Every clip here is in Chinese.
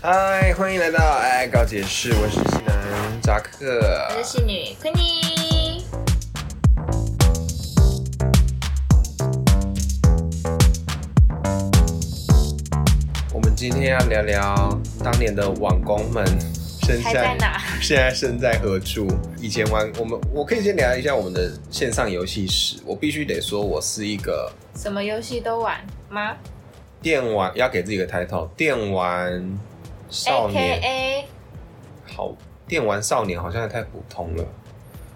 嗨，欢迎来到哎告解室，我是西南扎克。我是戏女昆妮。我们今天要聊聊当年的网工们身还在哪？ 现在身在何处？以前玩我们，我可以先聊一下我们的线上游戏史。我必须得说，我是一个什么游戏都玩吗电玩，要给自己一个 title，电玩少？A 年 K。A 好，电玩少年好像也太普通了。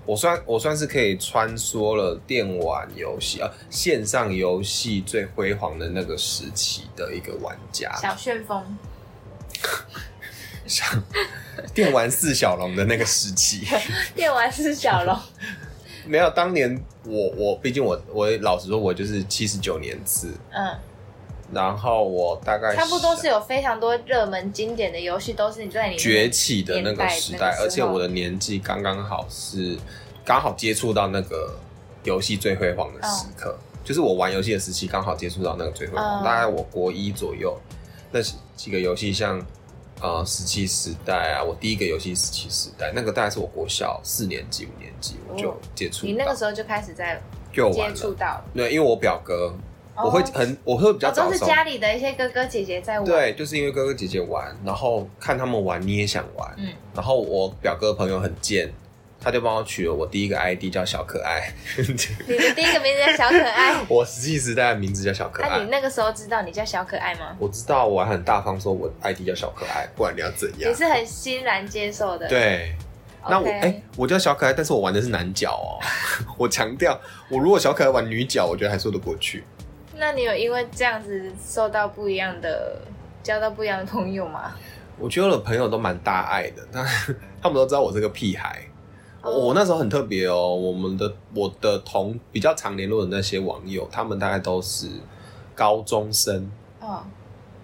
我算我算是可以穿梭了电玩游戏啊，线上游戏最辉煌的那个时期的一个玩家，小旋风，像电玩四小龙的那个时 期。电玩是小龙，没有，当年我我毕竟我我老实说，我就是七十九年次， 嗯，然后我大概差不多是想有非常多热门经典的游戏，都是你在里崛面。起的那个时年代代那，个时候而且我的年纪刚刚好是刚好接触到那个游戏最辉煌的时刻，就是我玩游戏的时期刚好接触到那个最辉煌，嗯大概我国一左右那几几个游戏像。呃，石器时代啊，我第一个游戏石器时代，那个大概是我国小四年级、五年级我就哦接触到，你那个时候就开始在就玩接触了。到，对，因为我表哥，哦我会很，我会比较哦，早都是熟。家里的一些哥哥姐姐在玩。，对，就是因为哥哥姐姐玩，然后看他们玩，你也想玩，嗯，然后我表哥朋友很贱，他就帮我取了我第一个 ID 叫小可爱， ，你的第一个名字叫小可爱我实际时代的名字叫小可那你爱。那个时候知道你叫小可爱吗？我知道，我还很大方说我 ID 叫小可爱，不然你要怎你样？是很欣然接受的。对， OK，那我哎、我叫小可爱，但是我玩的是男角哦。 我强调，我如果小可爱玩女角，我觉得还说得过去。那你有因为这样子受到不一样的、交到不一样的朋友吗？我觉得我的朋友都蛮大爱的，他 他们都知道我是个屁孩。我哦我那时候很特别哦，我们的我的同比较常联络的那些网友，他们大概都是高中生哦，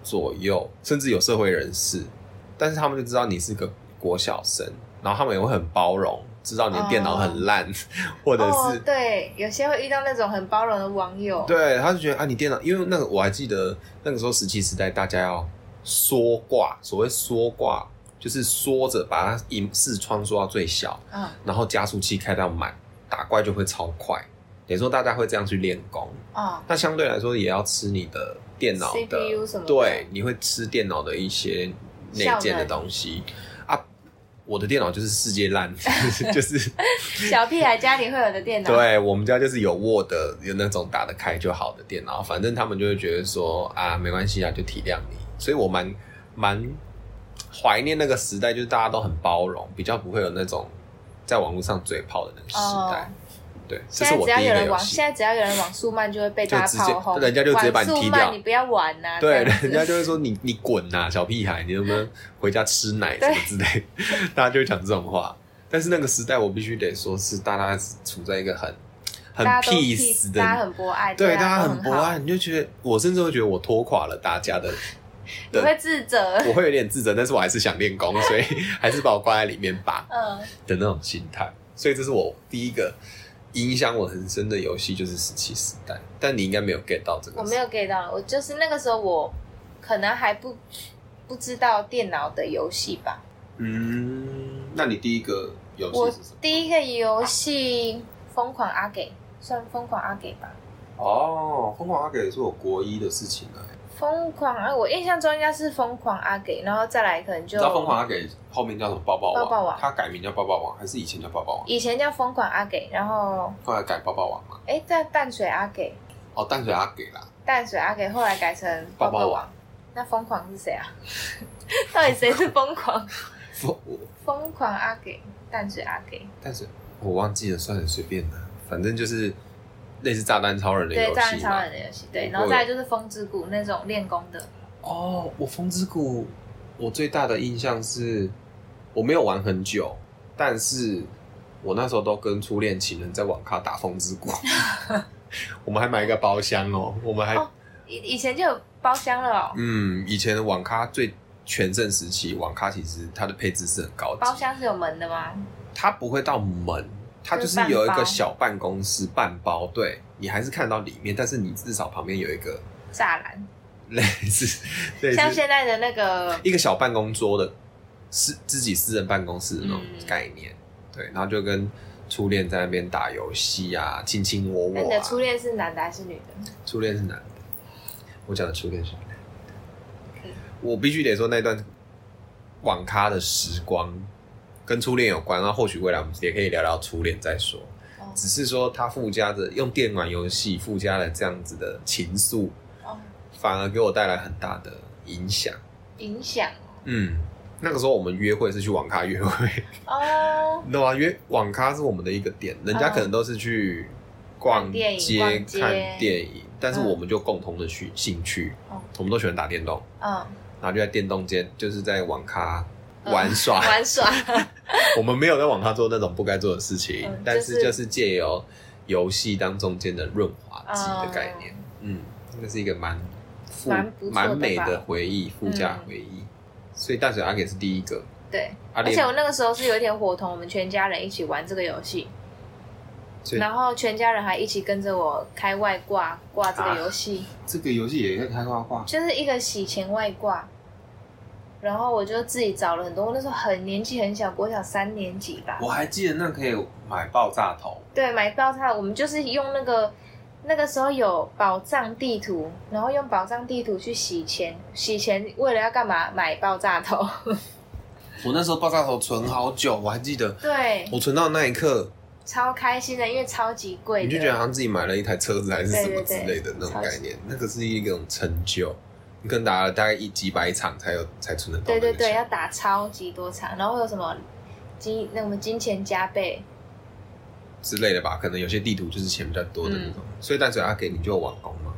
左右，甚至有社会人士，但是他们就知道你是个国小生，然后他们也会很包容，知道你的电脑很烂，或者哦是，对，有些会遇到那种很包容的网友，对，他就觉得啊，你电脑，因为那个我还记得那个时候石器时代，大家要缩挂，所谓缩挂就是缩着把它荧视窗缩到最小，嗯，然后加速器开到满，打怪就会超快。等于说大家会这样去练功，哦，那相对来说也要吃你的电脑的 CPU 什么的对，你会吃电脑的一些内建的东西啊。我的电脑就是世界烂， 就是小屁孩家里会有的电脑，，对我们家就是有 Word 有那种打得开就好的电脑，反正他们就会觉得说啊，没关系啊，就体谅你。所以我蛮蛮怀念那个时代，就是大家都很包容，比较不会有那种在网络上嘴炮的那个时代。哦对，这现是我在只第要一有个人游往，戏现。在只要有人往速慢，就会被大就家直接炮轰，人家就直接把你踢掉往速慢你不要玩呐、这对，样子人家就会说你你滚呐、小屁孩，你能不能回家吃奶什对么之类的， 大家就会讲这种话。但是那个时代，我必须得说是大家处在一个很很大家都 peace 的大家很博爱，对，大啊家很都博好爱，你就觉得我甚至会觉得我拖垮了大家的，你会自责，我会有点自责，但是我还是想练功， 所以还是把我关在里面吧 嗯，的那种心态。所以这是我第一个影响我很深的游戏，就是《石器时代》，但你应该没有 get 到这个。我没有 get 到，我就是那个时候我可能还不不知道电脑的游戏吧，嗯，那你第一个游我戏是什么？第一个游戏《疯狂阿给》，算《疯狂阿给》吧。哦，《疯狂阿给》是我国一的事情了、欸。疯狂啊！我印象中应该是疯狂阿给，然后再来可能你就知道《疯狂阿给》后面叫什么？抱抱王。抱抱王它改名叫抱抱王，还是以前叫抱抱王？以前叫疯狂阿给，然后后来改抱抱王嘛。哎在淡水阿给，哦，淡水阿给啦。淡水阿给后来改成抱抱抱抱王。那疯狂是谁啊？ 到底谁是 疯狂？我我疯狂阿给，淡水阿给，但是我忘记了，算了，随便啦，反正就是类似炸弹超人的对，游战戏超嘛人。的游戏，对，然后再来就是风之谷那种练功的，哦，我风之谷，我最大的印象是我没有玩很久，但是我那时候都跟初恋情人在网咖打风之 谷，我们还买一个包厢哦，我们还、哦以以前就有包厢了哦，嗯，以前的网咖最全盛时期，网咖其实它的配置是很高级，包厢是有门的吗？它不会到门，它就是有一个小办公室半包，对你还是看到里面，但是你至少旁边有一个 栅栏，类似类像似现在的那个一个小办公桌的私自己私人办公室的那种嗯概念，对，然后就跟初恋在那边打游戏啊，卿卿我哎那你我的啊，初恋是男的还是女的？初恋是男的，我讲的初恋是男的嗯。我必须得说，那段网咖的时光跟初恋有关，那或许未来我们也可以聊聊初恋再说。哦只是说，它附加着用电玩游戏附加了这样子的情愫，哦，反而给我带来很大的影响。影响嗯，那个时候我们约会是去网咖约会，哦，你懂吗？约网咖是我们的一个点，人家嗯可能都是去逛看电影街、逛街看电影，但是嗯我们就共同的趣兴趣哦，我们都喜欢打电动，嗯，然后就在电动间，就是在网咖嗯玩耍。玩 耍，我们没有在网咖做那种不该做的事情嗯，但就是是就是借由游戏当中间的润滑剂的概念，嗯，那是一个蛮富哦蛮不错的吧嗯蛮美的回忆，附加回忆。所以淡水阿给是第一个，对。阿而且莲我那个时候是有点伙同我们全家人一起玩这个游戏，所以然后全家人还一起跟着我开外挂挂这个游戏，这个游戏也可以开挂挂，就是一个洗钱外挂。然后我就自己找了很多，我那时候很年纪很小，国小三年级吧。我还记得那可以买爆炸头，对，买爆炸，我们就是用那个那个时候有宝藏地图，然后用宝藏地图去洗钱，洗钱为了要干嘛？买爆炸头。 我那时候爆炸头存好久，我还记得对，我存到那一刻，超开心的，因为超级贵你的。就觉得好像自己买了一台车子还是什么对对之对类的那种超级概念，那个是一种成就。你可能打了大概一几百场才有才存得到那对个钱。对对，要打超级多场，然后会有什么金那我们金钱加倍，之类的吧，可能有些地图就是钱比较多的那种。嗯所以淡水阿给你就有网工嘛，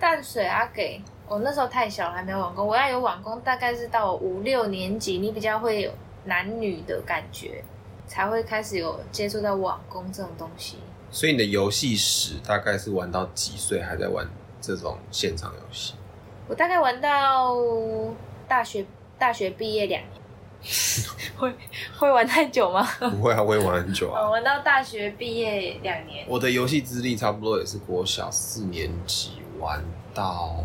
淡水阿给。我那时候太小了，还没有网工。我要有网工，大概是到五六年级，你比较会有男女的感觉，才会开始有接触到网工这种东西。所以你的游戏史大概是玩到几岁还在玩这种现场游 戏？我大概玩到大学大学毕业两 年，会会玩太久吗？不会啊，我也玩很 久我啊。 玩到大学毕业两年，我的游戏资历差不多也是国小四年级玩到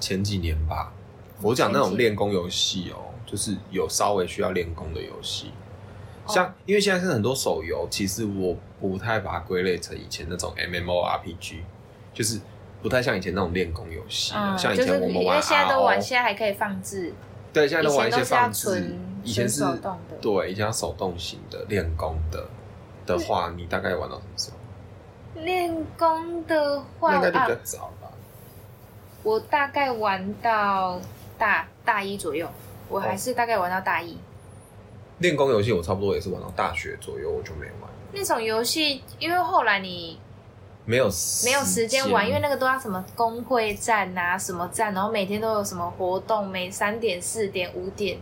前几年吧。我讲那前种几练功游戏哦，就是有稍微需要练功的游戏，哦像、因为现在是很多手游，其实我不太把它归类成以前那种 MMORPG，就是不太像以前那种练功游戏了、嗯，像以就前是我们因玩为现在都玩， RO 现在还可以放置，对，现在都玩一以些前都是要放置纯，以前是纯手动的对，以前要手动型的练功的嗯的话，你大概玩到什么时候？练功的那话应该就比啊较，早了吧。我大概玩到大大一左右，我哦还是大概玩到大一。练功游戏我差不多也是玩到大学左右，我就没玩，那种游戏，因为后来你没有没有时间玩，因为那那个都要什么工会战啊，什么战，然后每天都有什么活动，每三点、四点、五点。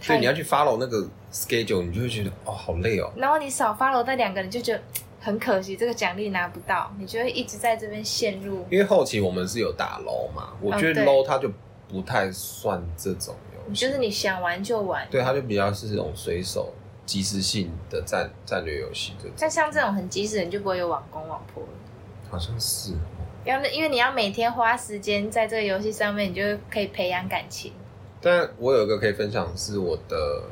对太你要去 follow 那个 schedule，你就会觉得哦好累哦。然后你少发楼那两个人就觉得嘖很可惜，这个奖励拿不到，你就会一直在这边陷入。因为后期我们是有打 low 嘛，我觉得哦对 low 它就不太算这种游戏，就是你想玩就玩，对，它就比较是这种随手即时性的战战略游戏这种，但像这种很及时的，你就不会有网攻网婆了。好像是哦。要因为你要每天花时间在这个游戏上面，你就可以培养感情。但我有一个可以分享，是我的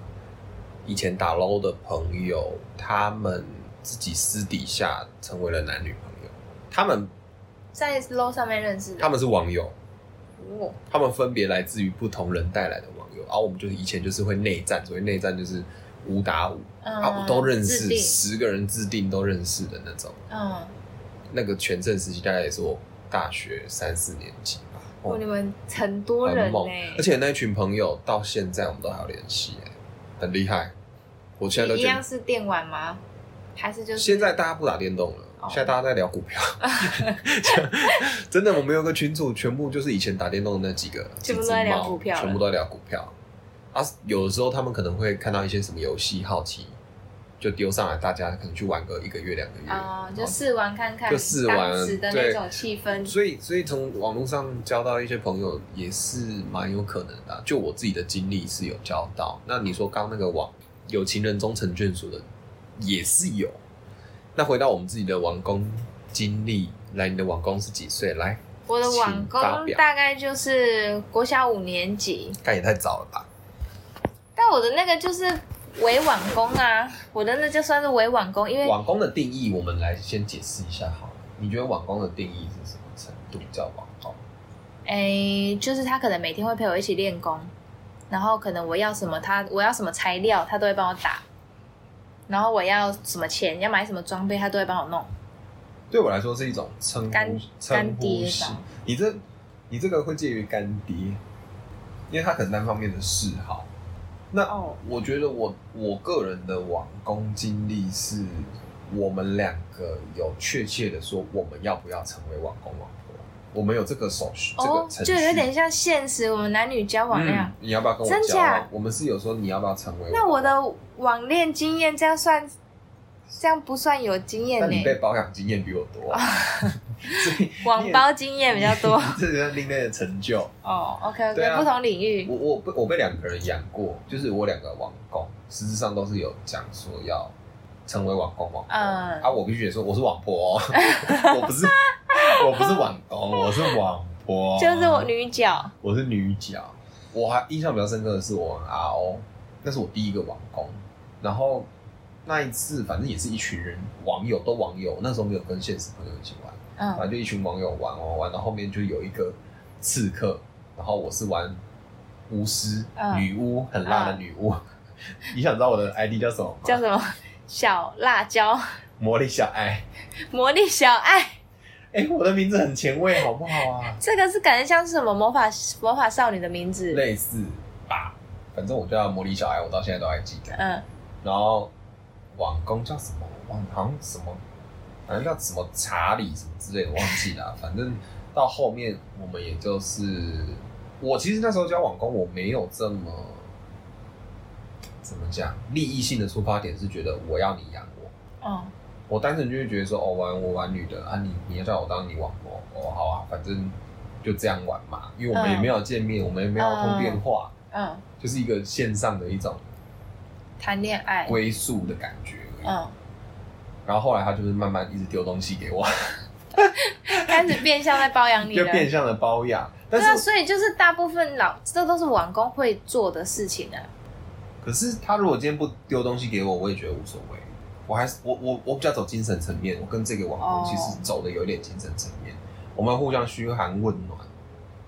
以前打 low 的朋友，他们自己私底下成为了男女朋友，他们在 LO 上面认识的，哦他们是网友，我他们分别来自于不同人带来的网友，然、后我们就是以前就是会内战，所谓内战就是五打五，嗯、啊，我都认自识，定十个人制定都认识的那种。嗯，那个全盛时期大概也是我大学三四年级吧，哦，哦你们很多很人呢、猛。而且那一群朋友到现在我们都还有联系，哎，很厉害。我现在都一觉样得，是电玩吗？还是就是现在大家不打电动了，哦现在大家在聊股票。 真的，我们有个群组，全部就是以前打电动的那几个，几全部都只在聊猫股票了全部都在聊股票。啊，有的时候他们可能会看到一些什么游戏，好奇就丢上来，大家可能去玩个一个月、两个月。啊、哦就试玩看看，就试玩当时的那种气氛，所以，所以从网络上交到一些朋友也是蛮有可能的啊、就我自己的经历是有交到。那你说刚那个网有情人终成眷属的也是有。那回到我们自己的网工经历，来，你的网工是几岁？来，我的网工请发表大概就是国小五年级，但也太早了吧？但我的那个就是伪网工啊，我的那就算是伪网工，因为网工的定义，我们来先解释一下好了。你觉得网工的定义是什么程度叫网工？诶，就是他可能每天会陪我一起练功，然后可能我要什么他我要什么材料，他都会帮我打，然后我要什么钱，要买什么装备，他都会帮我弄。对我来说是一种称干呼称干呼爹式吧。你这你这个会介于干爹，因为他可能单方面的嗜好。那哦我觉得我我个人的网工经历是，我们两个有确切的说我们要不要成为网公网婆，我们有这个手续、这哦个，程序。就有点像现实我们男女交往那样。嗯、你要不要跟我真交假往？我们是有说你要不要成为那我网公，的网恋经验这样算，这样不算有经验但呢、你被保养经验比我多啊，所以网包经验比较多。 这是另类的成就。哦，OK 对 OK，、啊不同领域。我我被我被两个人养过，就是我两个网工，实质上都是有讲说要成为网工网婆。嗯啊，我必须得说我是网 婆、哦，我不是我不是网工，我是网婆，哦就是我女角，我是女角。我还印象比较深刻的是我玩 RO，那是我第一个网工。然后那一次反正也是一群人网友，都网友，那时候没有跟现实朋友一起玩。反嗯，正就一群网友玩哦玩玩到后面就有一个刺客，然后我是玩巫师、嗯女巫，很辣的女巫。 你想知道我的 ID 叫什么吗？叫什么？小辣椒，魔力小爱。魔力小爱，哎、我的名字很前卫，好不好啊？这个是感觉像是什么魔法魔法少女的名字。类似吧，反正我叫魔力小爱，我到现在都还记得。嗯，然后网工叫什么？我忘了，好像什么，反正叫什么查理什么之类的，忘记了啊、反正到后面我们也就是，呃我其实那时候教网工，我没有这么怎么讲，利益性的出发点是觉得我要你养我，哦，我单纯就是觉得说，哦，玩我玩女的啊，你你要叫我当你网婆，哦，好啊，反正就这样玩嘛，因为我们也没有见面，我们也没有通电话，嗯，就是一个线上的一种谈恋爱，归宿的感觉而已。嗯，然后后来他就是慢慢一直丢东西给我，开始变相在包养你就了。变相的包养。但对啊，是，所以就是大部分老这都是网工会做的事情啊。可是他如果今天不丢东西给我，我也觉得无所谓。我还是我我我比较走精神层面，我跟这个网红哦其实走的有点精神层面，我们互相嘘寒问暖。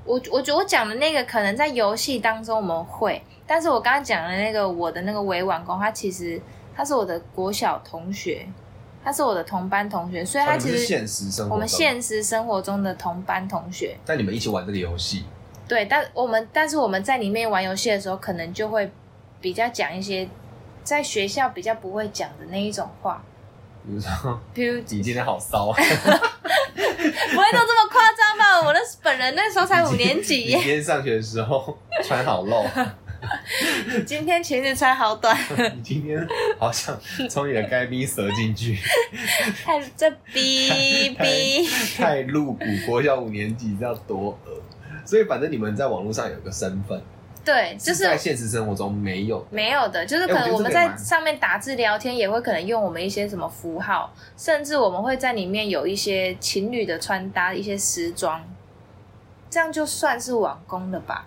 我我觉得我讲的那个可能在游戏当中我们会，但是我刚刚讲的那个我的那个伪网工，他其实他是我的国小同学，他是我的同班同学，所以他啊你其们是实现实生活中，我们现实生活中的同班同学。但你们一起玩这个游戏，对，但我们但是我们在里面玩游戏的时候，可能就会比较讲一些在学校比较不会讲的那一种话，比如说比如你今天好骚，不会都这么夸张吧？我的本人那时候才五年级你今耶，天上学的时候穿好露，今天裙子穿好短，你今天好想从你的该逼折进去，看这逼逼。 太露骨，国小五年级这样多恶。所以反正你们在网络上有个身份，对，就是在现实生活中没有。没有的，就是可哎能我我觉得们这个也在蛮上面打字聊天，也会可能用我们一些什么符号，甚至我们会在里面有一些情侣的穿搭、一些时装，这样就算是网工了吧？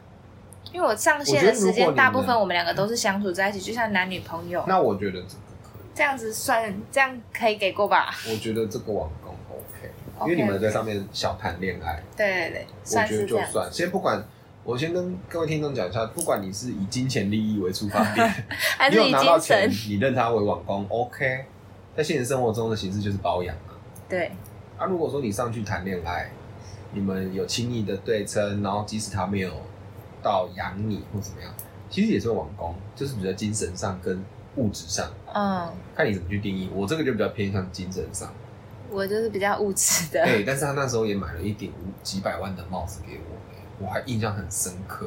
因为我上线的时我觉得如果间你大部分能我们两个都是相处在一起，就像男女朋友，那我觉得这个可以，这样子算这样可以给过吧？我觉得这个网工 OK，因 OK 为你们在上面小谈恋爱，对对对，我算觉得是这就样。算。先不管，我先跟各位听众讲一下，不管你是以金钱利益为出发点， 还你是有以拿到精钱神，你认他为网工，OK。在现实生活中的形式就是包养啊。对啊，如果说你上去谈恋爱，你们有亲密的对称，然后即使他没有到养你或怎么样，其实也是网工，就是比较精神上跟物质上，嗯，看你怎么去定义。我这个就比较偏向精神上。哎我就是比较务实的，对，但是他那时候也买了一顶五几百万的帽子给我，我还印象很深刻，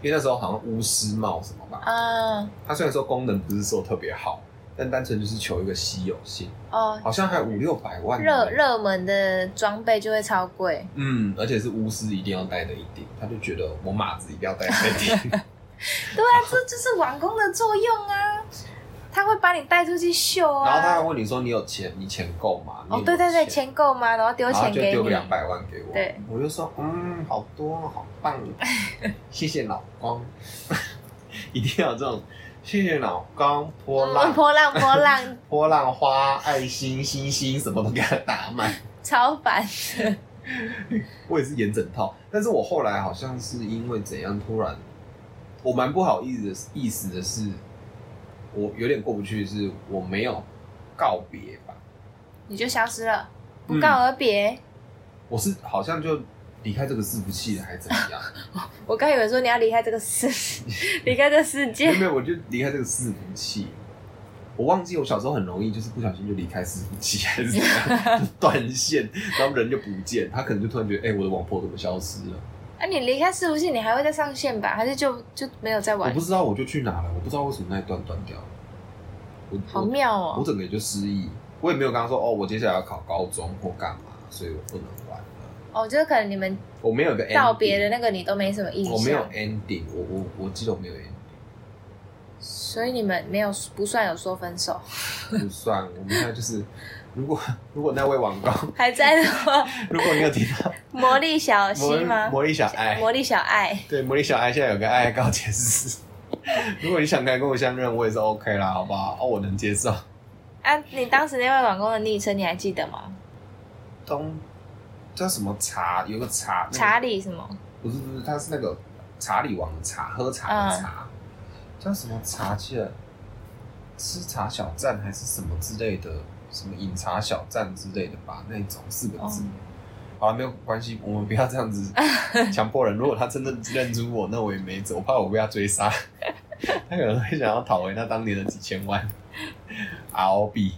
因为那时候好像巫师帽什么吧，嗯它虽然说功能不是说特别好，但单纯就是求一个稀有性，哦，好像还有五六百万。热。热门的装备就会超贵。嗯，而且是巫师一定要戴的一顶，他就觉得我 马子一定要戴这一顶。对啊，这就是网工的作用啊。他会把你带出去秀啊。然后他还问你说你有钱，你钱够吗？你有哦，没有对对对，钱钱够吗？然后丢然后钱就给丢个你。两百万给我，对，我就说嗯，好多哦，好棒， 谢谢老公， 一定要有这种谢谢老公，波嗯，浪波浪 波浪，波浪花、爱心、星星什么都给他打满，超 烦。我也是演整套，但是我后来好像是因为怎样突然，我蛮不好意思的意思的是，我有点过不去，是我没有告别吧，你就消失了，不嗯告而别。我是好像就离开这个伺服器了，还是怎么 样？我刚以为说你要离开这 个世，离开这个世没界有，没有，我就离开这个伺服器。我忘记我小时候很容易，就是不小心就离开伺服器，还是怎样就断线，然后人就不见。他可能就突然觉得，哎、我的网婆怎么消失了？啊！你离开伺服器，你还会再上线吧？还是就就没有再我玩不？知道，我就去哪了，我不知道为什么那一段断掉了。我好我妙我哦！整个就失忆，我也没有跟他说，哦，我接下来要考高中或干嘛，所以我不能玩了。哦，就是可能你们我没有一个 ending, 道别的那个你都没什么印象，我没有 ending，我我我记得我没有 ending，所以你们没有不算有说分手，不算。我们现在就是，如果如果那位网工， 还在的话，如果你有听到。魔力小溪啊吗？魔力小爱，魔力小爱，哎对，魔力小爱现在有个爱告解释。 如果你想跟我相认，我也是 OK 啦，好不好？哦，我能接受。啊，你当时那位老公的昵称你还记得吗？东叫什么茶？有个茶，那个查理什么？不是不是，他是那个查理王的茶，喝茶的茶，嗯叫什么茶记得吃茶小站还是什么之类的，什么饮茶小站之类的吧，那种四个字。哦好了，没有关系，我们不要这样 子强迫人。如果他真的认出我，那我也没辙，我怕我被他追 杀，他可能会想要讨回他当年的几千万。R B，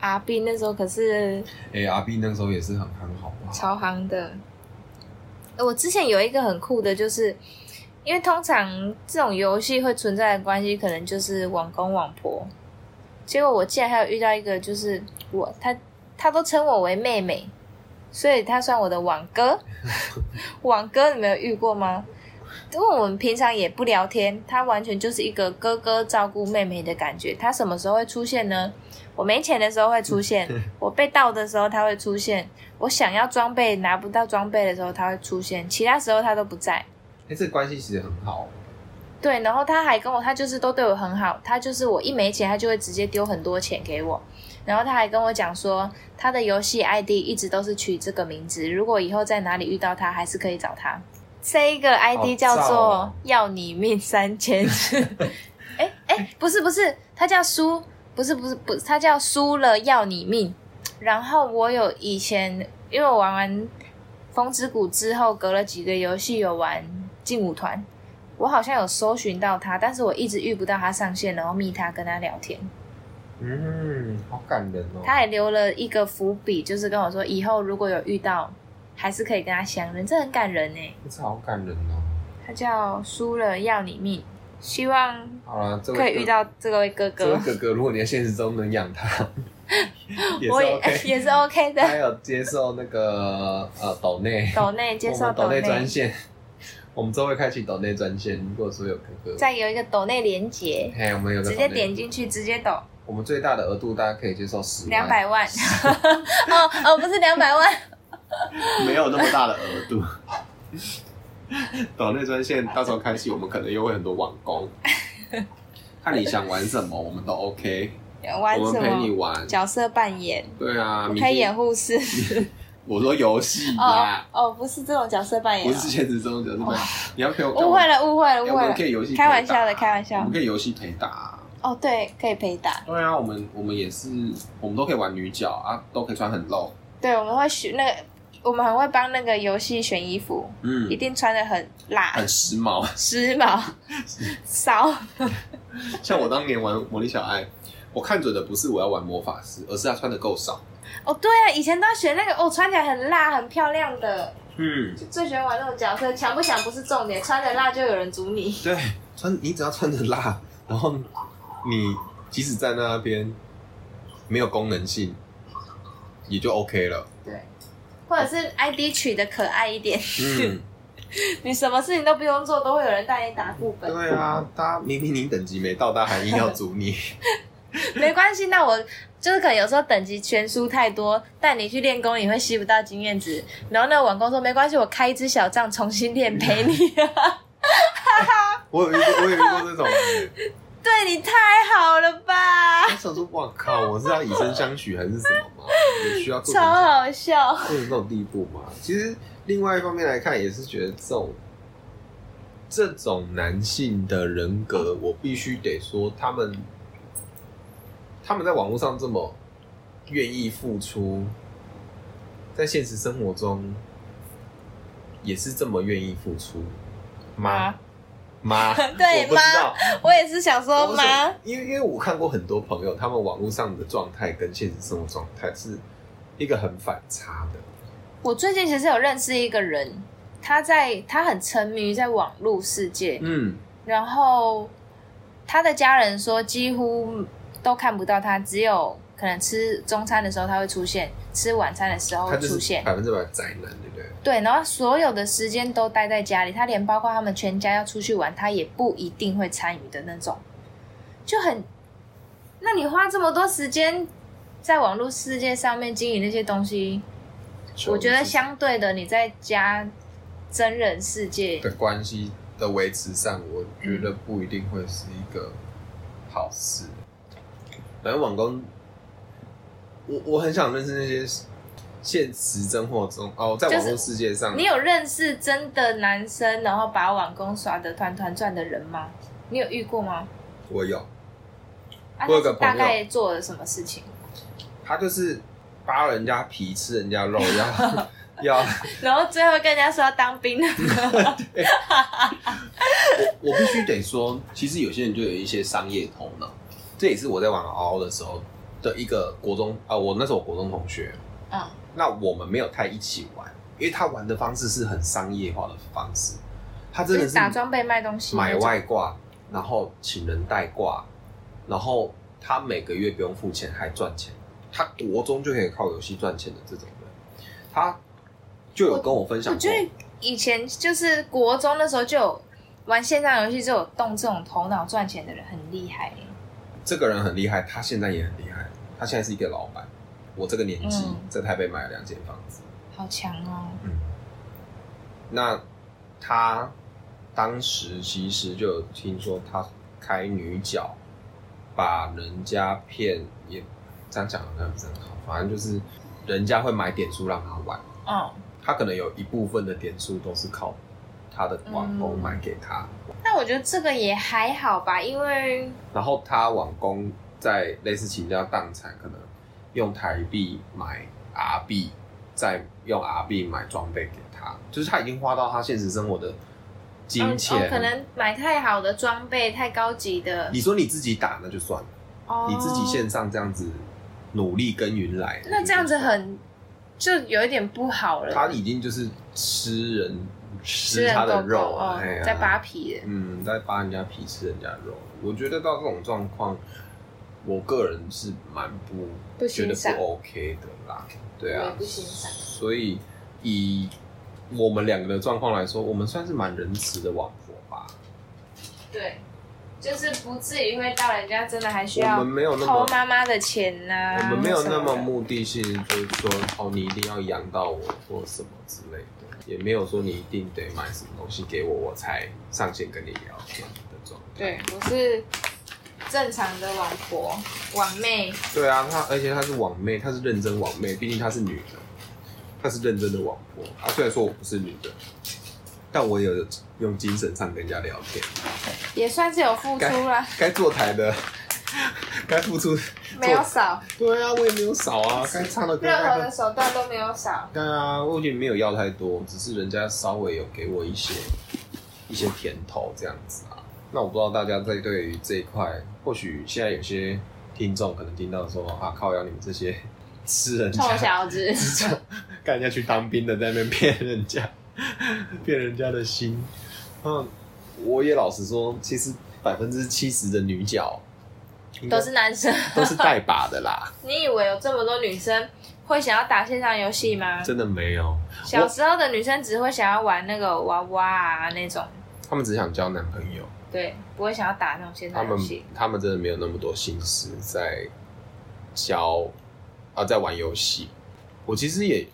阿斌那时候可是哎、r B 那时候也是很很好不好？超行的。呃我之前有一个很酷的，就是因为通常这种游戏会存在的关系，可能就是网公网婆。结果我竟然还有遇到一个，就是我他他都称我为妹妹，所以他算我的网哥。网哥你没有遇过吗？因为我们平常也不聊天，他完全就是一个哥哥照顾妹妹的感觉。他什么时候会出现呢？我没钱的时候会出现，我被盗的时候他会出现，我想要装备拿不到装备的时候，他会出现，其他时候他都不在。哎、这个关系其实很好，对，然后他还跟我，他就是都对我很好，他就是我一没钱，他就会直接丢很多钱给我。然后他还跟我讲说，他的游戏 ID 一直都是取这个名字，如果以后在哪里遇到他，还是可以找他。这一好个 ID 叫燥做哦“要你命三千”， 哎哎，不是不是，他叫输，不是不是不是，他叫输了要你命。然后我有以前，因为我玩完《风之谷》之后，隔了几个游戏有玩劲舞团，我好像有搜寻到他，但是我一直遇不到他上线，然后密他跟他聊天，嗯，好感人哦。他还留了一个伏笔，就是跟我说以后如果有遇到，还是可以跟他相认，这很感人呢。这次好感人哦。他叫输了要你命，希望好了，这位可以遇到这位哥哥这位哥，哥哥，如果你在现实中能养 他，也是我也 OK。也是 OK 的。他有接受那个呃抖内，抖内接我受们抖内内专线，我们之后会开启抖内专线。如果说有哥哥，再有一个抖内连接，嘿，我们有个直抖接内点，进去，直接抖我们最大的额度大家可以接受十两，百万。哦 哦，不是两 百万，没有那么大的额 度。抖内专线到时候开启，我们可能又会很多网工，看你想玩什么，我们都 OK，玩我什们陪你么？玩。角色扮演，对啊，明可以天演护士。我说游戏哦啦，哦，不是这种角色扮演不哦，是现实中的，是吧哦？你要陪我误会了，误会了，哎误我会们了可。以游戏陪打开玩笑的，开玩我笑们。可以游戏陪打啊。哦，对，可以陪打。对啊，我们我们也是，我们都可以玩女角啊，都可以穿很露。对，我们会选那个，我们很会帮那个游戏选衣服，嗯一，定穿的很辣很、时髦。 时髦、骚。像我当年玩魔力小爱，我看准的不是我要玩魔法师，而是他穿的够少。哦，对啊，以前都要选那个哦，穿起来很辣、很漂亮的，嗯，就最喜欢玩那种角色。强不强不是重点，穿的辣就有人阻你。对，穿你只要穿的辣， 然后你即使在那边没有功能性，也就 OK 了。对，或者是 ID 取的可爱一点，嗯。 你什么事情都不用做，都会有人带你打副本。对啊，他明明你等级没到，他还硬要阻你， 没关系，那我就是可能有时候等级悬殊太多，带你去练功你会吸不到经验值。然后那个网工说没关系，我开一支小账重新练陪 你。我有遇过，我有遇过这种人，欸对你太好了吧我，想说，哇靠，我是要以身相许还是什么吗？有需要做超成好笑。做成这种地步吗？其实另外一方面来看，也是觉得这种这种男性的人格，我必须得说，他们他们在网络上这么愿意付出，在现实生活中也是这么愿意付出吗？啊妈， 对我不知道，我也是想说我为什妈么，因为因为我看过很多朋友，他们网络上的状态跟现实生活状态是一个很反差的。我最近其实有认识一个人，他在他很沉迷于在网络世界，嗯，然后他的家人说几乎都看不到他，只有可能吃中餐的时候他会出现，吃晚餐的时候他会就出是现，百分之百宅男，对不对？对，然后所有的时间都待在家里，他连包括他们全家要出去玩，他也不一定会参与的那种，就很，那你花这么多时间在网络世界上面经营那些东西，我觉得相对的，你在家真人世界的关系的维持上，呃我觉得不一定会是一个好事。反正网工，我我很想认识那些现实生活中哦，在就是网络世界上，你有认识真的男生，然后把网工耍得团团转的人吗？你有遇过吗？我有，啊，我有他个是大朋友概做了什么事情？ 他就是扒人家皮，吃人家肉，要 要然后最后跟人家说要当兵，我必须得说，其实有些人就有一些商业头脑，这也是我在玩嗷嗷的时候的一个国中啊、我那时候我国中同学，嗯，那我们没有太一起玩，因为他玩的方式是很商业化的方式，他真的就是假装被嗯卖东西那买种，外挂，然后请人代挂，然后他每个月不用付钱还赚钱，他国中就可以靠游戏赚钱的这种人，他就有跟我分享我过，觉得以前就是国中的时候就有玩线上游戏，就有动这种头脑赚钱的人很厉害、这个人很厉害，他现在也很厉害，他现在是一个老板。我这个年纪、嗯在台北买了两间房子，好强哦！嗯，那他当时其实就有听说他开女角，把人家骗，也这样讲好像不是很好，反正就是人家会买点数让他玩，嗯，他可能有一部分的点数都是靠他的网红嗯买给他，但我觉得这个也还好吧，因为然后他网工在类似情况下当产，可能用台币买 R 币，再用 R 币买装备给他，就是他已经花到他现实生活的金钱。哦哦可能买太好的装备、太高级的，你说你自己打那就算了，哦你自己线上这样子努力耕耘来，那这样子很就有一点不好了。他已经就是吃人吃吃人他的狗肉狗了，哦哎呀，在扒皮的，嗯，在扒人家皮吃人家肉，我觉得到这种状况，我个人是蛮不不觉欣得赏不 OK 的啦，对我啊也，不欣赏所以以我们两个的状况来说，我们算是蛮仁慈的网婆吧，对，就是不至于会到人家真的还需我要们没有那么偷啊妈妈的钱呐、我们没有那或么什的目的性，就是说哦，你一定要养到我或什么之类的，也没有说你一定得买什么东西给我，我才上线跟你聊天的状态。对，我是正常的网婆、网妹，对啊，她而且她是网妹，她是认真网妹，毕竟她是女的，她是认真的网婆啊。虽然说我不是女的，但我有用精神上跟人家聊天，也算是有付该出啦，该做台的， 该付出，没有少，对啊，我也没有少啊，该唱的歌任该何的手段都没有少。对啊，我也没有要太多，只是人家稍微有给我一些一些甜头这样子啊。那我不知道大家在对于这一块，或许现在有些听众可能听到说啊，靠要你们这些吃人臭家、小子，干人家去当兵的，在那边骗人家， 骗人家的心。嗯，我也老实说，其实百分之七十的女角应该都是男生。都是带把的啦， 你以为有这么多女生会想要打线上游戏吗？真的没有，小时候的女生只会想要玩那个娃娃啊那种，他们只想交男朋友。对，不会想要打那种线他上游们戏。他们真的没有那么多心思在教啊，在玩游戏。我其实也，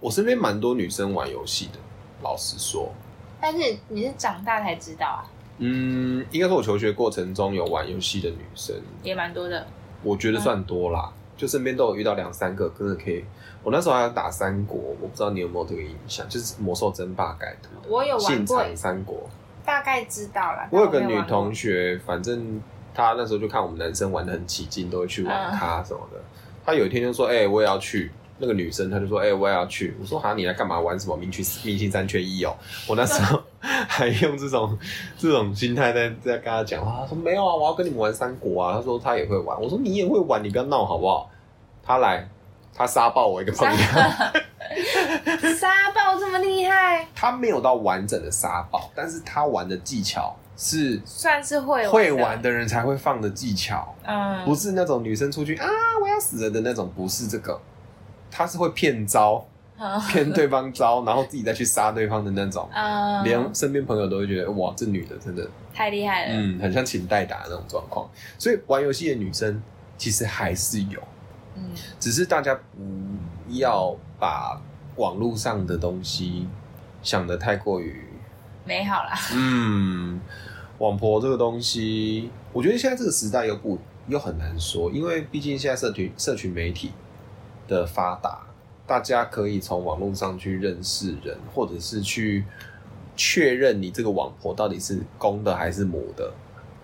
我身边蛮多女生玩游戏的。老实说，但是你是长大才知道啊，嗯，应该说我求学过程中有玩游戏的女生，也蛮多的。我觉得嗯算多啦。就身边都有遇到两三个，真的可以。我那时候还有打三国，我不知道你有没有这个印象，就是魔兽争霸改图，我有玩现过，场三国。大概知道啦。我有个但没女玩过同学，反正她那时候就看我们男生玩的很起劲，都会去嗯玩她什么的。她有一天就说：“哎、我也要去。”那个女生她就说：“哎、我也要去。”我说：“哈，你来干嘛？玩什么明去明星三缺一哦？”我那时 候还用这种这种心态在在跟她讲话。她说：“没有啊，我要跟你们玩三国啊。”她说：“她也会玩。”我说：“你也会玩，你不要闹好不好？”她来，她杀爆我一个朋友。 沙暴这么厉害， 她没有到完整的杀爆，但是她玩的技巧是算是会会玩玩的。的人才会放的技巧。嗯，不是那种女生出去啊，我要死了的那种，不是这个，她是会骗招，嗯骗对方招，然后自己再去杀对方的那种，嗯，连身边朋友都会觉得哇，这女的真的，太厉害了。嗯，很像秦代打那种状况。所以玩游戏的女生其实还是有，嗯，只是大家不要把网络上的东西想的太过于美好啦。嗯，网婆这个东西，我觉得现在这个时代又不又很难说，因为毕竟现在社群社群媒体的发达，大家可以从网络上去认识人，或者是去确认你这个网婆到底是公的还是母的，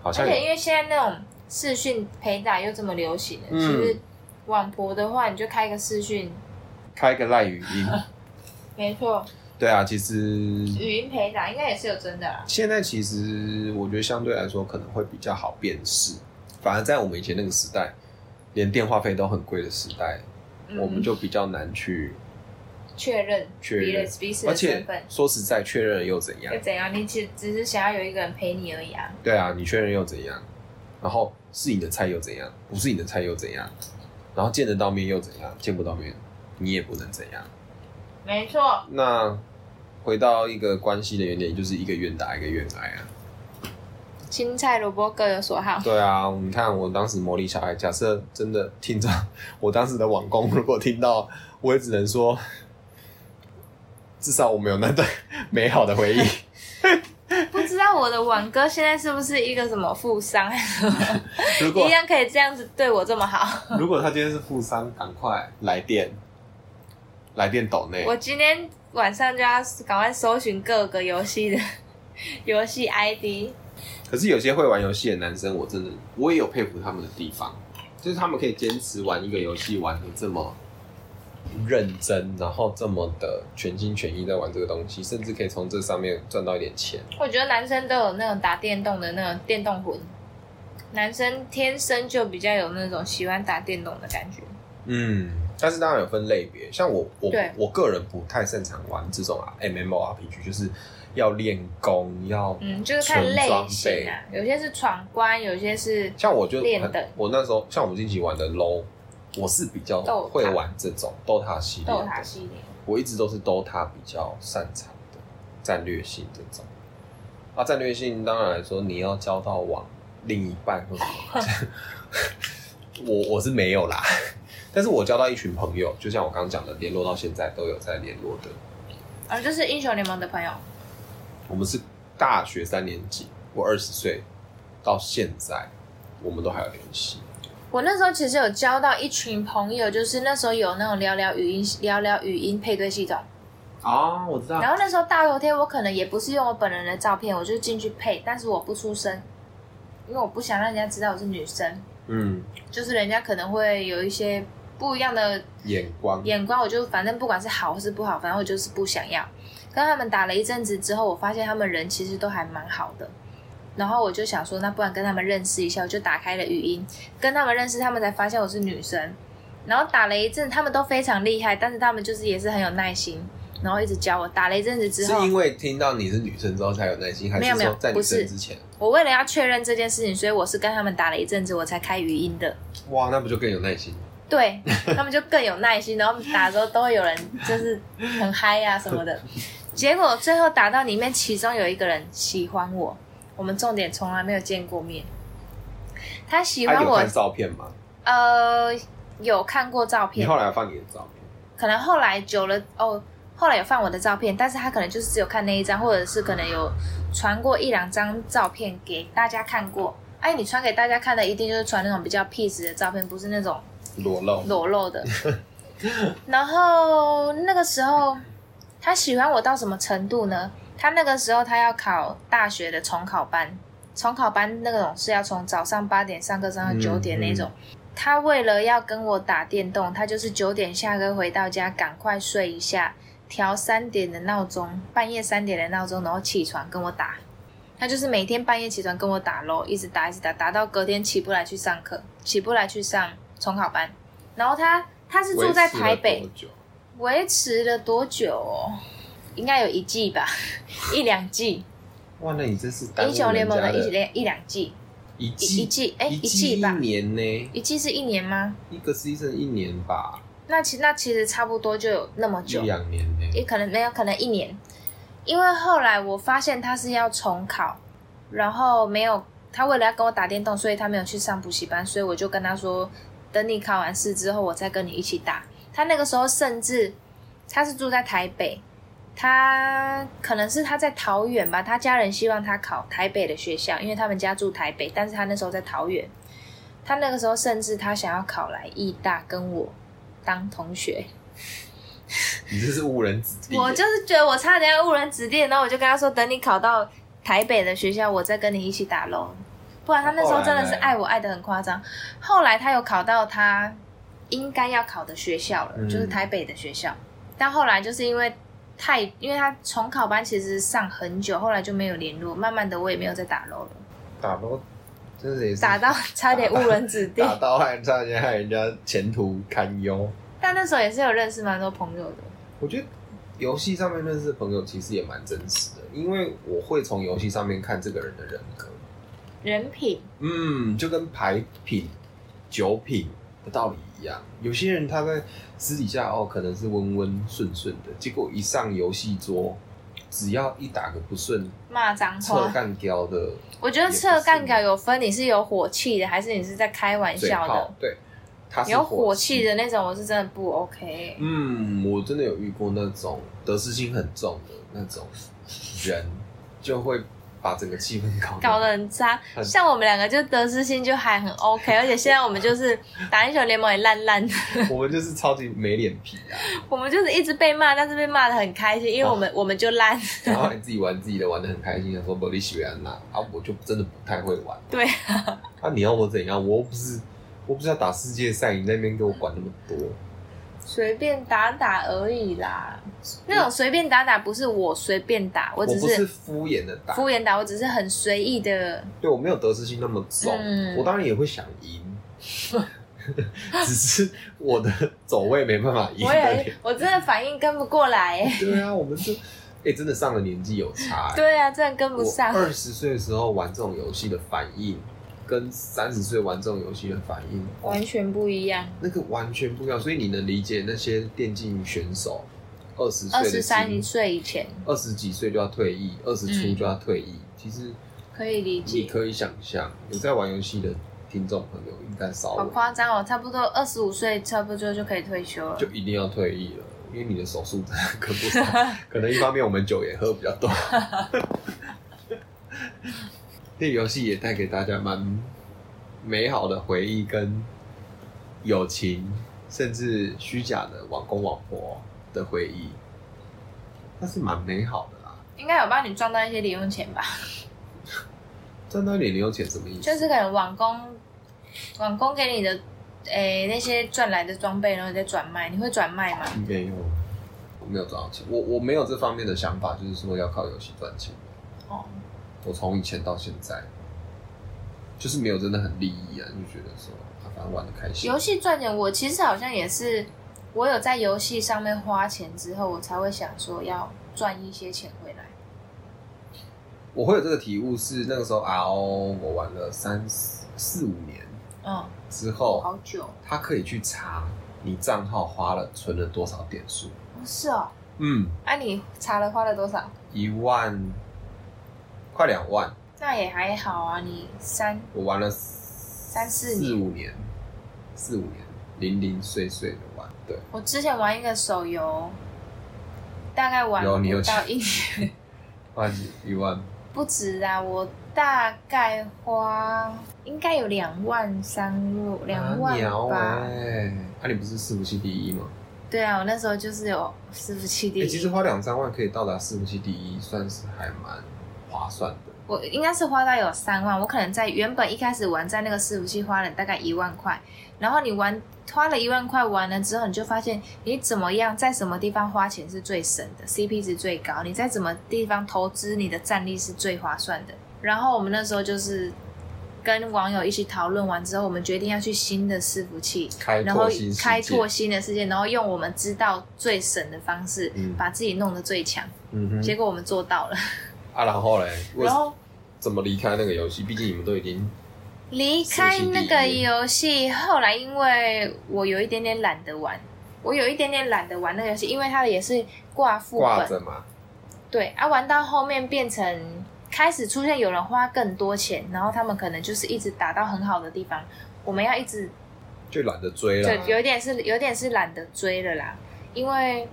好而 像且因为现在那种视讯陪打又这么流行了，嗯其实网婆的话，你就开个视讯，开个赖语音。没错，对啊，其实语音陪打应该也是有真的啦。现在其实我觉得相对来说可能会比较好辨识，反而在我们以前那个时代，连电话费都很贵的时代，嗯我们就比较难去确认确彼认此彼此而的身且份说实在，确认了又怎样又？怎样？你只只是想要有一个人陪你而已啊。对啊，你确认又怎样？然后是你的菜又怎样？不是你的菜又怎样？然后见得到面又怎样？见不到面你也不能怎样。没错，那回到一个关系的原点，就是一个愿打一个愿挨啊。青菜萝卜各有所好。对啊，你看我当时魔力小孩，假设真的听着我当时的网工，如果听到，我也只能说，至少我们有那段 美好的回忆。 不知道我的网哥现在是不是一个什么富商，如果 一样可以这样子对我这么好？ 如果他今天是负三，赶快来电，来电抖内。我今天晚上就要赶快搜寻各个游戏的 游戏 ID。可是有些会玩游戏的男生，我真的我也有佩服他们的地方，就是他们可以坚持玩一个游戏玩的这么认真，然后这么的全心全意在玩这个东西，甚至可以从这上面赚到一点钱。我觉得男生都有那种打电动的那种电动魂，男生天生就比较有那种喜欢打电动的感觉。嗯，但是当然有分类别，像我我对我个人不太擅长玩这种啊 MMORPG，就是要练功要。嗯，就是看纯类装型啊，有些是闯关，有些是像我就练很的我那时候像我们近期玩的 LO，我是比较斗塔会玩这种 DOTA 系列斗的，塔系列。我一直都是 DOTA 比较擅长的战略性这种。啊，战略性当然来说，你要交到往另一半或什么，我我是没有啦。但是我交到一群朋友，就像我刚刚讲的，联络到现在都有在联络的。啊，就是英雄联盟的朋友，我们是大学三年级，我二十岁到现在，我们都还有联系。我那时候其实有交到一群朋友，就是那时候有那种聊聊语音、聊聊语音配对系统。啊，我知道然后那时候大头贴，我可能也不是用我本人的照片，我就进去配，但是我不出声，因为我不想让人家知道我是女生，嗯，就是人家可能会有一些不一样的眼光，眼光，我就反正不管是好或是不好，反正我就是不想要。跟他们打了一阵子之后，我发现他们人其实都还蛮好的，然后我就想说，那不然跟他们认识一下，我就打开了语音跟他们认识，他们才发现我是女生。然后打了一阵，他们都非常厉害，但是他们就是也是很有耐心，然后一直教我。打了一阵子之是后，因为听到你是女生之后才有耐心，还没有是没有说在不女是生之前？我为了要确认这件事情，所以我是跟他们打了一阵子，我才开语音的。哇，那不就更有耐心？对 他们就更有耐心，然后打的时候都会有人就是 很嗨呀、啊、什么的。结果最后打到里面，其中有一个人喜欢我，我们重点从来没有见过面。他喜他欢有我看，照片吗？呃，有看过照你片，后来有放你的照片？可能后来久了哦，后来有放我的照片，但是他可能就是只有看那一张，或者是可能有传过一两张照片给大家看过。哎，你传给大家看的一定就是传那种比较 peace 的照片，不是那种裸露，裸露的。然后那个时候，他喜欢我到什么程度呢？他那个时候他要考大学的重考班，重考班那种是要从早上八点上课上到九点那种。他为了要跟我打电动，他就是九点下课回到家，赶快睡一下，调三点的闹钟，半夜三点的闹钟，然后起床跟我打。他就是每天半夜起床跟我打咯，一直打一直打，打到隔天起不来去上课，起不来去上重考班。然后他他是住在台维持了北多，久维持了多久、哦？应该有一季吧， 一两季。哇，那你这是耽误英雄联盟的人家一两一两季，一一一季季哎、一一季季吧，年呢，一季是一年吗？一个 season 一年吧，那其那其实差不多就有那么一久，两年呢。也可能没有，可能一年。因为后来我发现他是要重考，然后没有他为了要跟我打电动，所以他没有去上补习班，所以我就跟他说，等你考完试之后，我再跟你一起打。他那个时候甚至他是住在台北，他可能是他在桃园吧，他家人希望他考台北的学校，因为他们家住台北，但是他那时候在桃园。他那个时候甚至他想要考来义大跟我当同学，你这是误人子弟耶。我就是觉得我差点要误人子弟，然后我就跟他说，等你考到台北的学校，我再跟你一起打喽。不然他那时候真的是爱我爱的很夸张。后来他有考到他应该要考的学校了，嗯就是台北的学校。但后来就是因为太，因为他重考班其实上很久，后来就没有联络，慢慢的我也没有再打喽了，打到，真的也是打到差点误人子 弟。打到害差点害人家前途堪忧。但那时候也是有认识蛮多朋友的，我觉得游戏上面认识的朋友其实也蛮真实的，因为我会从游戏上面看这个人的人格。人品嗯，就跟牌品、酒品的道理一样，有些人他在私底下哦，可能是温温顺顺的，结果一上游戏桌，只要一打个不顺，骂脏侧话。干掉的我觉得测干稿有分，你是有火气的，还是你是在开玩嘴笑炮的？，对，他是有火气。的那种，我是真的不 OK。嗯，我真的有遇过那种得失心很重的那种人，就会把整个气氛搞搞得很渣，很像我们两个就得失心就还很 OK，而且现在我们就是 打英雄联盟也烂烂 的，我们就是超级没脸皮啊，我们就是一直被骂，但是被骂的很开心，因为我们、我们就烂， 然后你自己玩自己的，玩的很开心，想说不利喜欢那啊，我就真的不太会玩。对啊，你要我怎样？我又不是我不是要打世界赛，你那边给我管那么多。随便打打而已啦。那种随便打打不是我随便打，我我只不是敷衍的打，敷衍打，我只是很随意的。对我没有得失心那么重，嗯我当然也会想赢， 只是我的走位没办法赢我得也了。我真的反应跟不过来、 欸，对啊，我们是哎、诶真的上了年纪有差、欸。对啊，真的 跟不我上。二十岁的时候玩这种游戏的反应，跟三十岁玩这种游戏的反应，哇完全不一样。那个完全不一样。所以你能理解那些电竞选手二十岁二的十三心岁以前二十几岁就要退役，二十出嗯就要退役。其实可以理你解，可以想象，有在玩游戏的听众朋友应该稍好微夸张哦！差不多二十五岁，差不多就可以退休了就。一定要退役了，因为你的手速真的跟不上。可能一方面我们酒也喝比较多， 这游戏也带给大家蛮美好的回忆跟友情，甚至虚假的网公网婆的回忆，但是蛮美好的啦。应该有帮你赚到一些零用钱吧？赚到一点零用钱什么意思？就是可能网工，网工给你的，诶、那些赚来的装备，然后你再转卖，你会转卖吗？没有，我没有赚到钱，我我没有这方面的想法，就是说要靠游戏赚钱。哦，我从以前到现在，就是没有真的很利益啊，就觉得说啊，反正玩的开心游。戏赚钱，我其实好像也是，我有在游戏上面花钱之后，我才会想说要赚一些钱回来。我会有这个体悟是那个时候 RO 我玩了三四四五年嗯，之后，好久，哦它可以去查你账号花了存了多少点数。哦是哦。嗯，哎、你查了花了多少？一万，快两万，那也还好啊，你三我玩了三三四四年五年，四五年零零碎碎的玩，对，我之前玩一个手游，大概玩有你有不到讲一年， 花几啊一万，不止啊，我大概花应该有两万三万两啊万鸟吧。哎，啊，你不是伺服器第一吗？对啊，我那时候就是有伺服器第哎、一，其实花两三万可以到达伺服器第一，算是还蛮划算的。我应该是花到有三万，我可能在原本一开始玩在那个伺服器花了大概一万块，然后你玩花了一万块完了之后，你就发现你怎么样在什么地方花钱是最省的，CP 值最高，你在什么地方投资你的战力是最划算的。然后我们那时候就是跟网友一起讨论完之后，我们决定要去新的伺服器，开然后拓新世界开拓新的世界，然后用我们知道最省的方式，嗯把自己弄得最强。嗯哼，结果我们做到了，啊，然后嘞，为然后。怎么离开那个游戏？毕竟你们都已经离开那个游戏，后来因为我有一点点懒得玩，我有一点点懒得玩那个游戏，因为它也是挂副挂本，着嘛，对啊，玩到后面变成开始出现有人花更多钱，然后他们可能就是一直打到很好的地方，我们要一直就懒得追就了。有点是有点是懒得追了啦，因为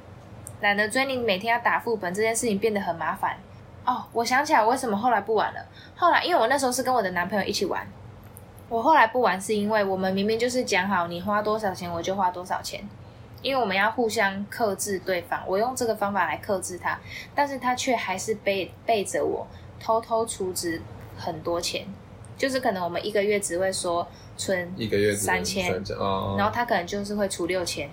懒得追，你每天要打副本这件事情变得很麻烦。哦，我想起来为什么后来不玩了。后来因为我那时候是跟我的男朋友一起玩，我后来不玩是因为我们明明就是讲好你花多少钱我就花多少钱，因为我们要互相克制对方，我用这个方法来克制他，但是他却还是背背着我偷偷储值很多钱，就是可能我们一个月只会说存一个月只能三千三千哦，然后他可能就是会出六千，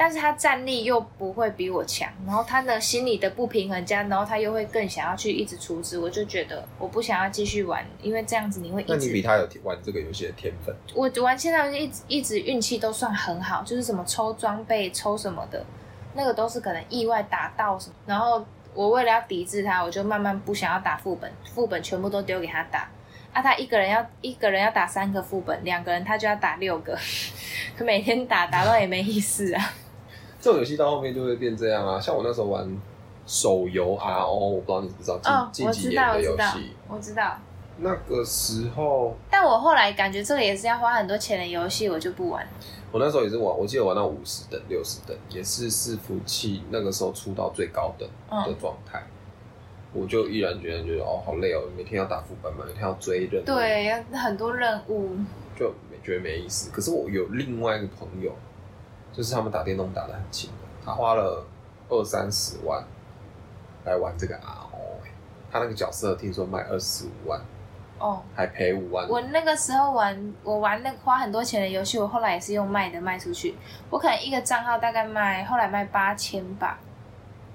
但是他战力又不会比我强，然后他的心理的不平衡加，然后他又会更想要去一直出资，我就觉得我不想要继续玩，因为这样子你会那一你比直他有玩这个游戏的天分，我玩现在一直一直运气都算很好，就是什么抽装备抽什么的，那个都是可能意外打到什么，然后我为了要抵制他，我就慢慢不想要打副本，副本全部都丢给他打。啊，他一个人要一个人要打三个副本，两个人他就要打六个， 每天打打到也没意思啊。这种游戏到后面就会变这样啊。像我那时候玩手游 RO，我不知道你知不知道近、哦，近我几知年道，我的知游道戏，，我知道。那个时候但我后来感觉这个也是要花很多钱的游戏，我就不玩。我那时候也是玩，我记得玩到五十等、六十等，也是伺服器那个时候出到最高等的嗯，状态。我就毅然决然觉得哦，好累哦，每天要打副本嘛，每天要追任务，，对，要很多任务。就没觉得没意思。可是我有另外一个朋友，就是他们打电动打得很勤的，他花了二三十万来玩这个 RO，、欸、他那个角色听说卖二十五万，哦，还赔五万。我那个时候玩，我玩那个花很多钱的游戏，我后来也是用卖的卖出去。我可能一个账号大概卖，后来卖八千吧，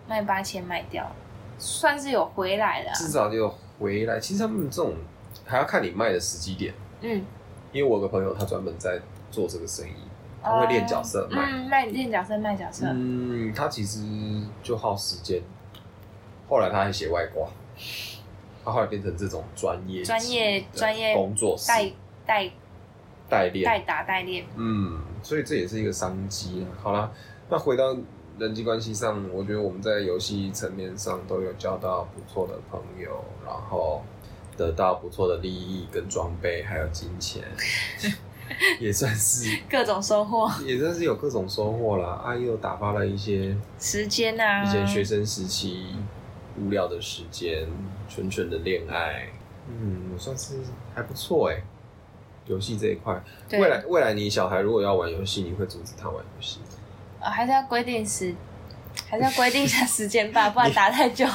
卖八千卖掉，算是有回来了啊。至少就回来。其实他们这种还要看你卖的时机点，嗯，因为我有个朋友他专门在做这个生意，他会练角色哦卖。嗯，卖练角色卖角色。嗯他其实就耗时间。后来他还写外挂，他后来变成这种专业专业级的专业工作室代代代代练。打代练，嗯，所以这也是一个商机啊。好啦，那回到人际关系上，我觉得我们在游戏层面上都有交到不错的朋友，然后得到不错的利益跟装备，还有金钱， 也算是各种收获，也算是有各种收获啦。啊，又打发了一些时间啊，以前学生时期无聊的时间，纯纯的恋爱，嗯，我算是还不错哎、游戏这一块，对未来未来你小孩如果要玩游戏，你会阻止他玩游戏吗？呃，还是要规定时，还是要规定一下时间吧，不然打 太久。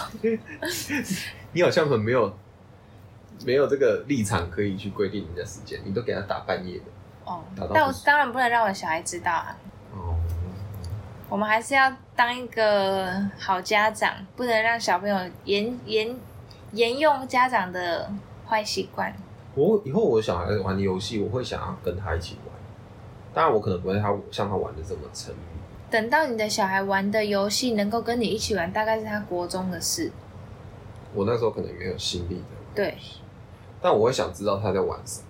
你好像很没有没有这个立场可以去规定人家时间，你都给他打半夜的哦打到，但不我行当然不能让我小孩知道啊。哦。我们还是要当一个好家长，不能让小朋友沿沿沿用家长的坏习惯。我以后我小孩玩游戏，我会想要跟他一起玩，当然我可能不会他像他玩的这么沉迷。等到你的小孩玩的游戏能够跟你一起玩，大概是他国中的事。我那时候可能没有心力的，对，但我会想知道他在玩什么，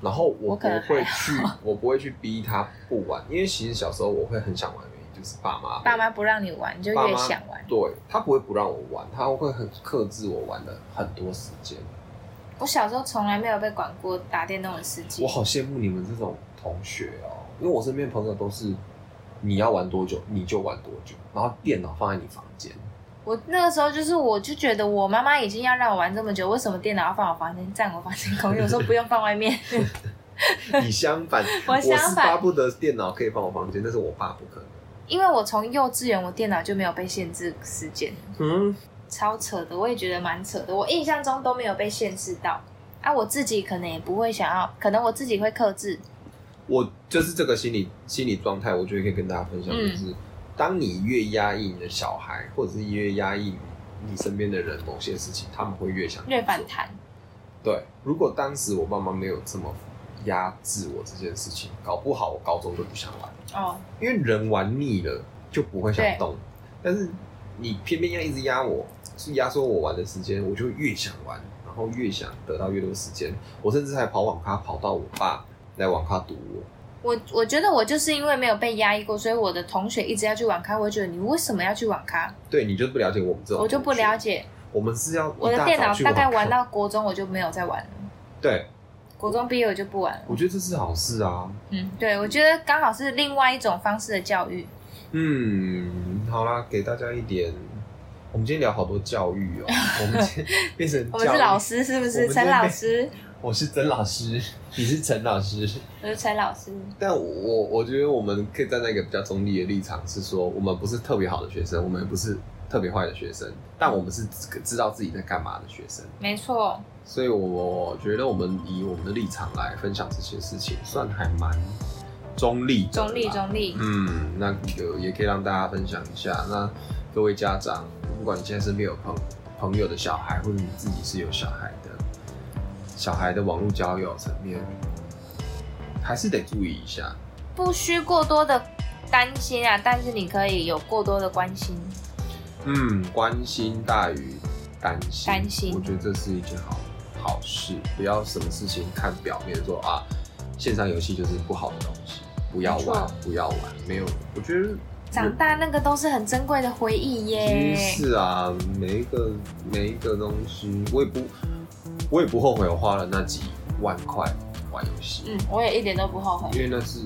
然后我我不可能会还去，我不会去逼他不玩，因为其实小时候我会很想玩，原因就是爸妈爸妈不让你玩，你就爸越妈想玩。对他不会不让我玩，他会很克制我玩的很多时间，我小时候从来没有被管过打电动的事情我。好羡慕你们这种同学哦，因为我身边朋友都是你要玩多久你就玩多久，然后电脑放在你房间，我那个时候就是，我就觉得我妈妈已经要让我玩这么久，为什么电脑要放我房间，占我房间空间？我说不用放外面。你相反， 我我相是反巴不得电脑可以放我房间，但是我爸不可能。因为我从幼稚园，我电脑就没有被限制时间，嗯，超扯的，我也觉得蛮扯的。我印象中都没有被限制到啊，我自己可能也不会想要，可能我自己会克制。我就是这个心理心理状态，我觉得可以跟大家分享，嗯就是、当你越压抑你的小孩，或者是越压抑你身边的人某些事情，他们会越想去越反做弹，对，如果当时我爸妈没有这么压制我这件事情，搞不好我高中就不想玩，哦，因为人玩腻了就不会对想动。但是你偏偏要一直压我，是压缩我玩的时间，我就越想玩，然后越想得到越多时间。我甚至还跑网咖，跑到我爸来网咖堵我。我我觉得我就是因为没有被压抑过，所以我的同学一直要去网咖，我会觉得你为什么要去网咖？对你就不了解我们这种，我就不了。解。我们是要我一的大电脑早去大概网咖玩到国中，我就没有再玩了。对，国中毕业我就不玩了。我觉得这是好事啊。嗯，对，我觉得刚好是另外一种方式的教育。嗯，好啦，给大家一点。我们今天聊好多教育哦，我们今天变成 我们教是育老，师，是不我是？们陈这边老师，我是曾老师， 你是陈老师。我是陈老师。但我我我觉得我们可以站在一个比较中立的立场，是说我们不是特别好的学生，我们也不是特别坏的学生，但我们是知知道自己在干嘛的学生。没错，所以我觉得我们以我们的立场来分享这些事情，算还蛮中立的啦中立中立。嗯，那有也可以让大家分享一下。那各位家长，不管你现在身边有朋朋友的小孩，或者你自己是有小孩的，小孩的网络交友层面，还是得注意一下。不需过多的担心啊，但是你可以有过多的关心。嗯，关心大于担心，担心我觉得这是一件好好事。不要什么事情看表面说啊，线上游戏就是不好的东西，不要没错玩，不要玩，没有。我觉得长大那个都是很珍贵的回忆其耶。实是啊，每一个每一个东西，我也不我也不后悔我花了那几万块玩游戏，嗯，我也一点都不后悔。因为那是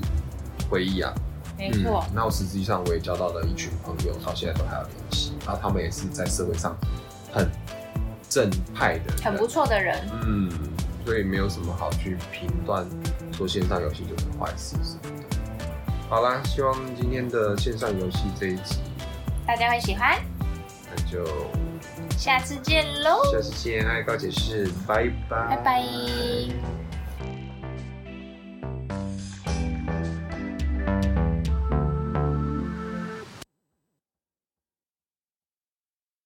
回忆啊。没错，那我实际上我也交到了一群朋友，到现在都还有联系，然后他们也是在社会上很正派的人，很不错的人。嗯，所以没有什么好去评断说线上游戏就是坏事什么的。好啦，希望今天的线上游戏这一集，大家会喜欢，那就下次见喽。下次见，爱高解释，拜拜，拜拜